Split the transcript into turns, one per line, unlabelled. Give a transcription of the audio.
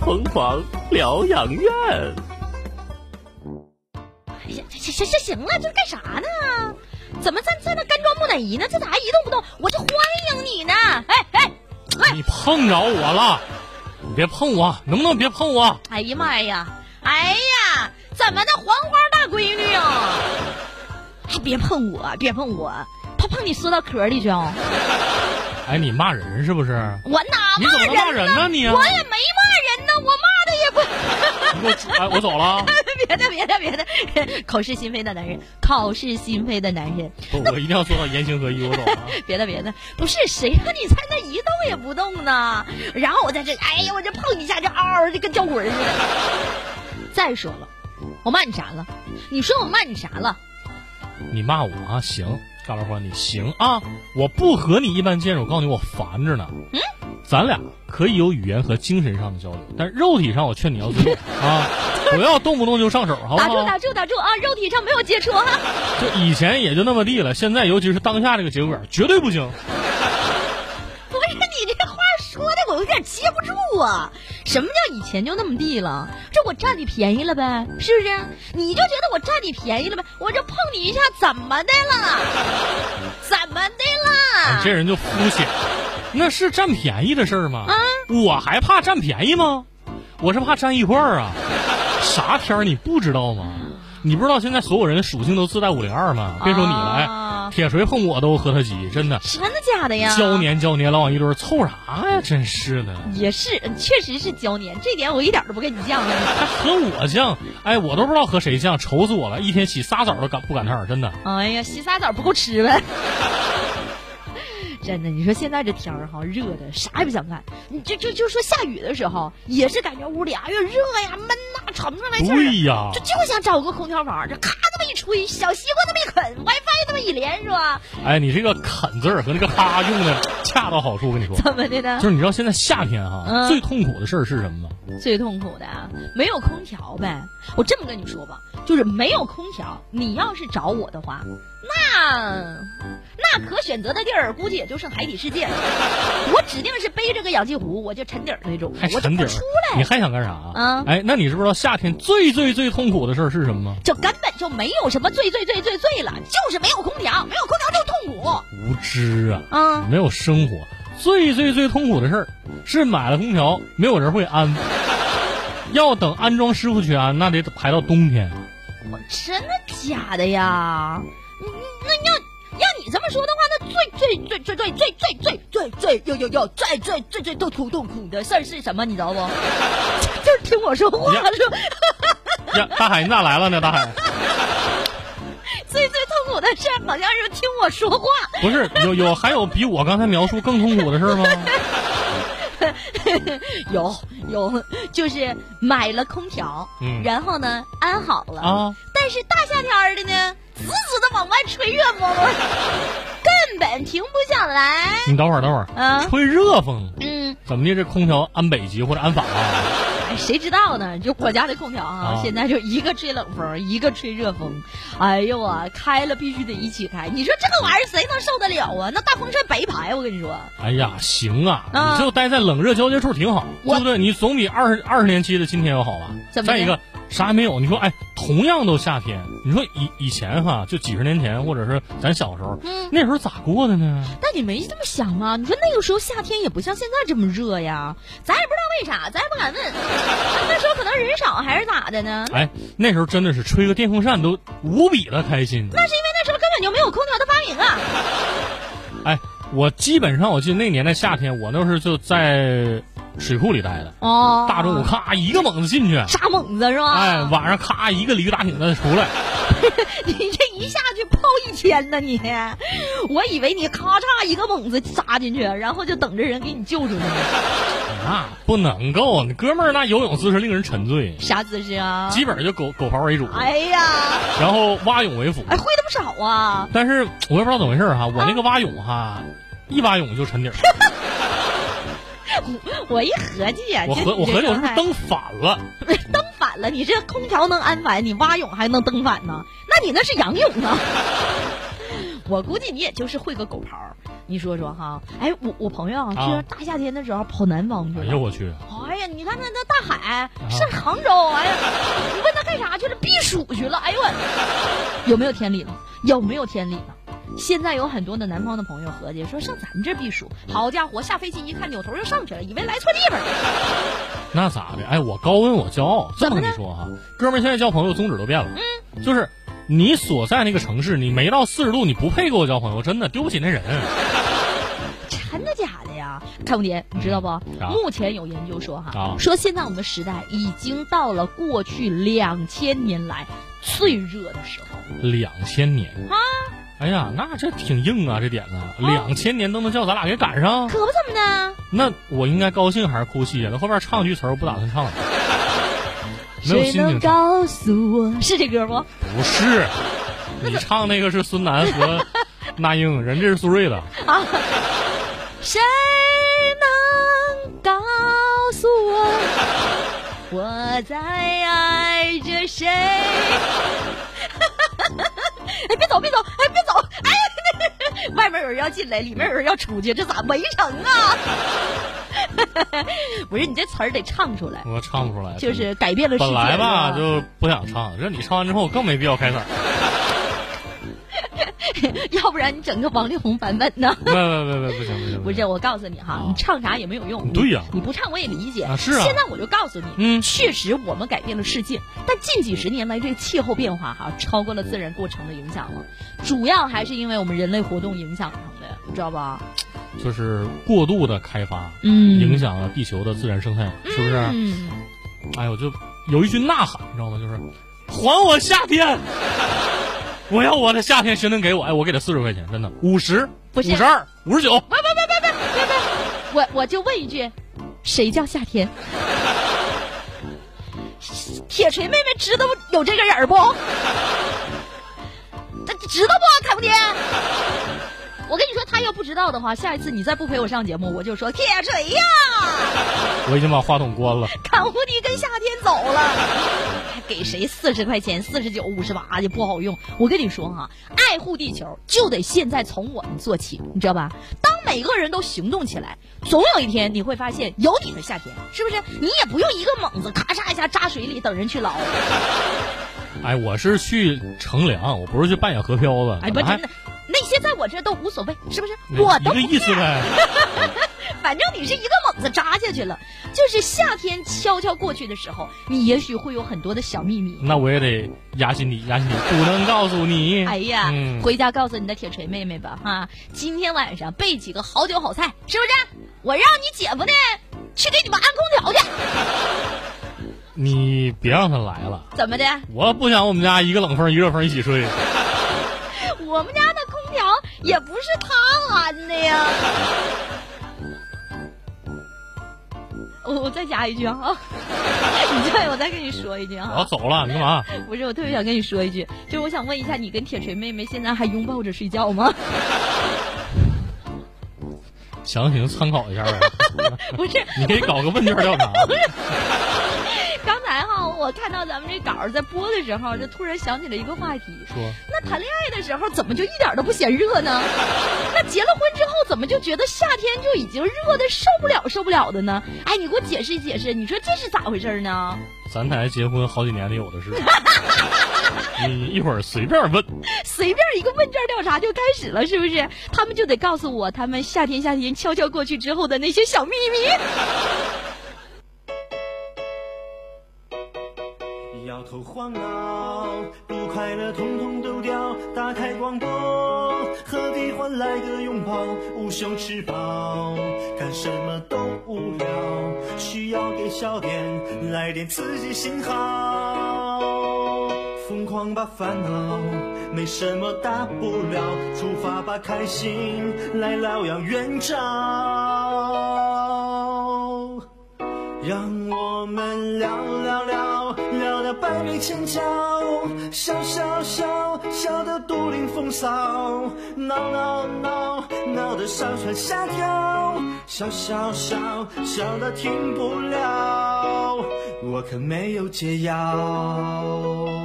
红房疗养院。
哎呀，行行行行啊了，这干啥呢？怎么站在那干装木乃伊呢？这咋还一动不动？我这欢迎你呢！哎哎，
你碰着我了，你别碰我，能不能别碰我？
哎呀妈呀！哎呀，怎么的，黄花大闺女啊？还别碰我，别碰我，怕碰你缩到壳里去啊！
哎，你骂人是不是？
我哪
你怎么能
啊骂
骂
人
人呢你啊
我也没骂人呢，我骂的也不。
你给我出，哎，我走了啊。
别的别的别的，口是心非的男人，口是心非的男人，
不，我一定要做到言行合一。我走了啊。
别的别的，不是谁让你在那一动也不动呢？然后我在这，哎呀，我这碰一下，这嗷嗷的跟叫魂似的。再说了，我骂你啥了？你说我骂你啥了？
你骂我啊，行，大老花，你行啊，我不和你一般见识，我告诉你，我烦着呢。嗯，咱俩可以有语言和精神上的交流，但肉体上，我劝你要 尊重啊，不要动不动就上手，好不
打住
好？
打住打住啊！肉体上没有接触啊哈、
就以前也就那么地了，现在尤其是当下这个节骨眼儿，绝对不行。
不是你这话说的，我有点接不住啊！什么叫以前就那么地了？这我占你便宜了呗，是不是？你就觉得我占你便宜了呗？我这碰你一下，怎么的了？怎么的
你
了？
哎这人就肤浅，那是占便宜的事儿吗？
啊
我还怕占便宜吗？我是怕占一块儿啊！啥天儿你不知道吗？你不知道现在所有人的属性都自带五零二吗？别说你
啊
来，铁锤碰我都和他急，真的。
真的假的呀？
胶年胶年老往一堆儿凑啥呀？真是的，
也是，确实是胶粘，这点我一点都不跟你犟了。
还和我犟，哎，我都不知道和谁犟，愁死我了！一天洗仨澡都赶不赶趟儿，真的。
哎呀，洗仨澡不够吃呗。 真的，你说现在这天儿哈，热的啥也不想干。你就就就说下雨的时候，也是感觉屋里哎呀热呀闷呐，喘不上来气儿
对
了，
呀
就，就想找个空调房，这咔那么一吹，小西瓜那么一啃，WiFi 那么一连，是吧？
哎，你这个“啃”字儿和那个“咔”用的恰到好处，我跟你说。
怎么的呢
就？是你知道现在夏天哈、
啊嗯
最痛苦的事儿是什么吗？
最痛苦的啊没有空调呗。我这么跟你说吧，就是没有空调，你要是找我的话，那那可选择的地儿估计也就剩海底世界了。我指定是背着个氧气壶，我就沉底儿那种，
还
我就
沉底
不
儿
出，
你
来。
还想干啥啊？
啊
哎，那你知不知道夏天最最最痛苦的事儿是什么吗？
就根本就没有什么最最最最最了，就是没有空调，没有空调就痛苦
无知啊，
啊！
没有生活。最最最痛苦的事儿是买了空调，没有人会安， 要等安装师傅去安，那得排到冬天。
我真的假的呀？你那要要你这么说的话，那最最最最最最最最最最又又又最最最最最痛痛苦的事儿是什么？你知道不？ 就是听我说话
呀
说
呀，大海你咋来了呢？大海
最最痛苦的事儿好像是听我说话，
不是有有还有比我刚才描述更痛苦的事儿 吗？
有有就是买了空调，
嗯
然后呢安好了，
啊，
但是大夏天儿的呢，死死的往外吹热风，根本停不下来
你等会儿等会儿，
啊。
吹热风
嗯，
怎么的？这空调安北极或者安法啊？
哎，谁知道呢？就我家的空调啊，
啊
现在就一个吹冷风，一个吹热风。哎呦啊，开了必须得一起开。你说这个玩意儿谁能受得了啊？那大风扇白排，我跟你说，
哎呀，行啊，
啊
你就待在冷热交接处挺好，
我
对不对？你总比二十二十年期的今天要好吧？
怎么
再一
的
个，啥也没有。你说，哎，同样都夏天，你说以以前哈，就几十年前，或者是咱小时候，
嗯，
那时候咋过的呢？
但你没这么想吗？你说那个时候夏天也不像现在这么热呀，咱也不知道为啥，咱也不敢问。 那时候可能人少还是咋的呢？
哎，那时候真的是吹个电风扇都无比的开心。
那是因为那时候根本就没有空调的发明啊。
哎，我基本上我记得那年的夏天，我那是就在水库里待的，
哦，
大中午咔一个猛子进去，
扎猛子是吧？
哎，晚上咔一个鲤鱼打挺的出来。
你这一下去泡一天呢，你，我以为你咔嚓一个猛子扎进去，然后就等着人给你救出来，
那啊不能够，你哥们儿那游泳姿势令人沉醉，
啥姿势啊？
基本上就狗狗刨为主，
哎呀，
然后蛙泳为辅。
哎，啊会的不少啊！
但是我也不知道怎么回事儿哈，我那个蛙泳哈，一蛙泳就沉底儿。
我一合计呀、
我
就
合
你
我合计
哎这
我是
状
不是
态
蹬反了？
蹬反了，你这空调能安反，你蛙泳还能蹬反呢？那你那是仰泳啊！ 我估计你也就是会个狗刨，你说说哈？哎，我我朋友啊，
啊
就是大夏天的时候跑南方去
哎
了。
呦我去！
哎呀，你看那那大海上杭州，哎呀，你问他干啥去了？避暑去了。哎呦我，有没有天理呢？有没有天理呢？现在有很多的南方的朋友合计说上咱们这避暑，好家伙，下飞机一看扭头就上去了，以为来错地方了。
那咋的？哎，我高温我骄傲，这么跟你说哈，哥们儿，现在交朋
嗯
友宗旨都变了，就是你所在那个城市，你没到四十度，你不配跟我交朋友，真的丢不起那人。
真的假的呀？看不点，你知道不？
啥
目前有研究说哈，
啊
说现在我们时代已经到了过去两千年来最热的时候。
两千年啊！哎呀，那这挺硬啊，这点子，两千年都能叫咱俩给赶上，
可不怎么的，
那我应该高兴还是哭泣呀？那后边唱句词儿我不打算唱了，没有
谁
心
能
情唱。
告诉我是这歌不？啊
不是，你唱那个是孙楠和那英，人这是苏芮的。
谁能告诉我我在爱着谁？ 哎，别走，别走，哎，别走，哎，外面有人要进来，里面有人要出去，这咋围城啊？ 不是，你这词儿得唱出来，
我唱不出来。
就是改变了世界。啊
本来吧
是吧
就不想唱，这你唱完之后更没必要开嗓。
要不然你整个王力宏版本呢？
不不不不不行不行，
不是，我告诉你哈
啊，
你唱啥也没有用。
对呀
你不唱我也理解
啊是啊
现在我就告诉你，
嗯
确实我们改变了世界，但近几十年来这个气候变化哈，超过了自然过程的影响了，主要还是因为我们人类活动影响上的，知道吧？
就是过度的开发
嗯
影响了地球的自然生态，是不是？
嗯，
哎呦，就有一句呐喊，你知道吗？就是还我夏 天，我要我的夏天，谁能给我？哎，我给他四十块钱，真的，五十，
不
五
是
十二，五十九，
我我就问一句，谁叫夏天？铁锤妹妹知道有这个人儿不？ 这知道不，凯不爹？我跟你说，他要不知道的话，下一次你再不陪我上节目，我就说铁锤呀，
我已经把话筒关了。
坎无敌跟夏天走了，给谁四十块钱、四十九、五十八的不好用。我跟你说哈、爱护地球就得现在从我们做起，你知道吧？当每个人都行动起来，总有一天你会发现有你的夏天，是不是？你也不用一个猛子咔嚓一下扎水里等人去捞。
哎，我是去乘凉，我不是去扮演河漂子。
哎，不
怎么还
真的，那些在我这都无所谓，是不是？
啊那
我
一
都
个意思呗。
反正你是一个猛子扎下去了。就是夏天悄悄过去的时候，你也许会有很多的小秘密。
那我也得压心底，压心底，不能告诉你。
哎呀，
嗯
回家告诉你的铁锤妹妹吧，哈，今天晚上备几个好酒好菜，是不是？我让你姐夫呢去给你们安空调去，
你别让他来了，
怎么的？
我不想我们家一个冷风一个热风一起睡。
我们家的空调也不是他安的呀。 我我再加一句啊， 你再我再跟你说一句
我
啊
要，走了，你干嘛？
不是我特别想跟你说一句，就是我想问一下，你跟铁锤妹妹现在还拥抱着睡觉吗？
详情参考一下呗。
不是，
你可以搞个问卷调查。
刚才哈，我看到咱们这稿儿在播的时候，就突然想起了一个话题。
说
那谈恋爱的时候怎么就一点都不嫌热呢？ 那结了婚之后怎么就觉得夏天就已经热的受不了受不了的呢？哎，你给我解释解释，你说这是咋回事呢？
咱台结婚好几年的有 的是，你一会儿随便问。
随便一个问卷调查就开始了，是不是？他们就得告诉我他们夏天夏天悄悄过去之后的那些小秘密。
摇头晃脑，不快乐统统都掉。打开广播，何必换来个拥抱？无休吃饱，干什么都无聊，需要给笑点来点刺激信号。疯狂吧烦恼，没什么大不了，出发吧开心，来疗养远照。让我们聊聊聊，聊得百媚千娇，笑笑笑，笑得独领风骚，闹闹闹，闹得上蹿下跳，笑笑笑，笑得停不了，我可没有解药。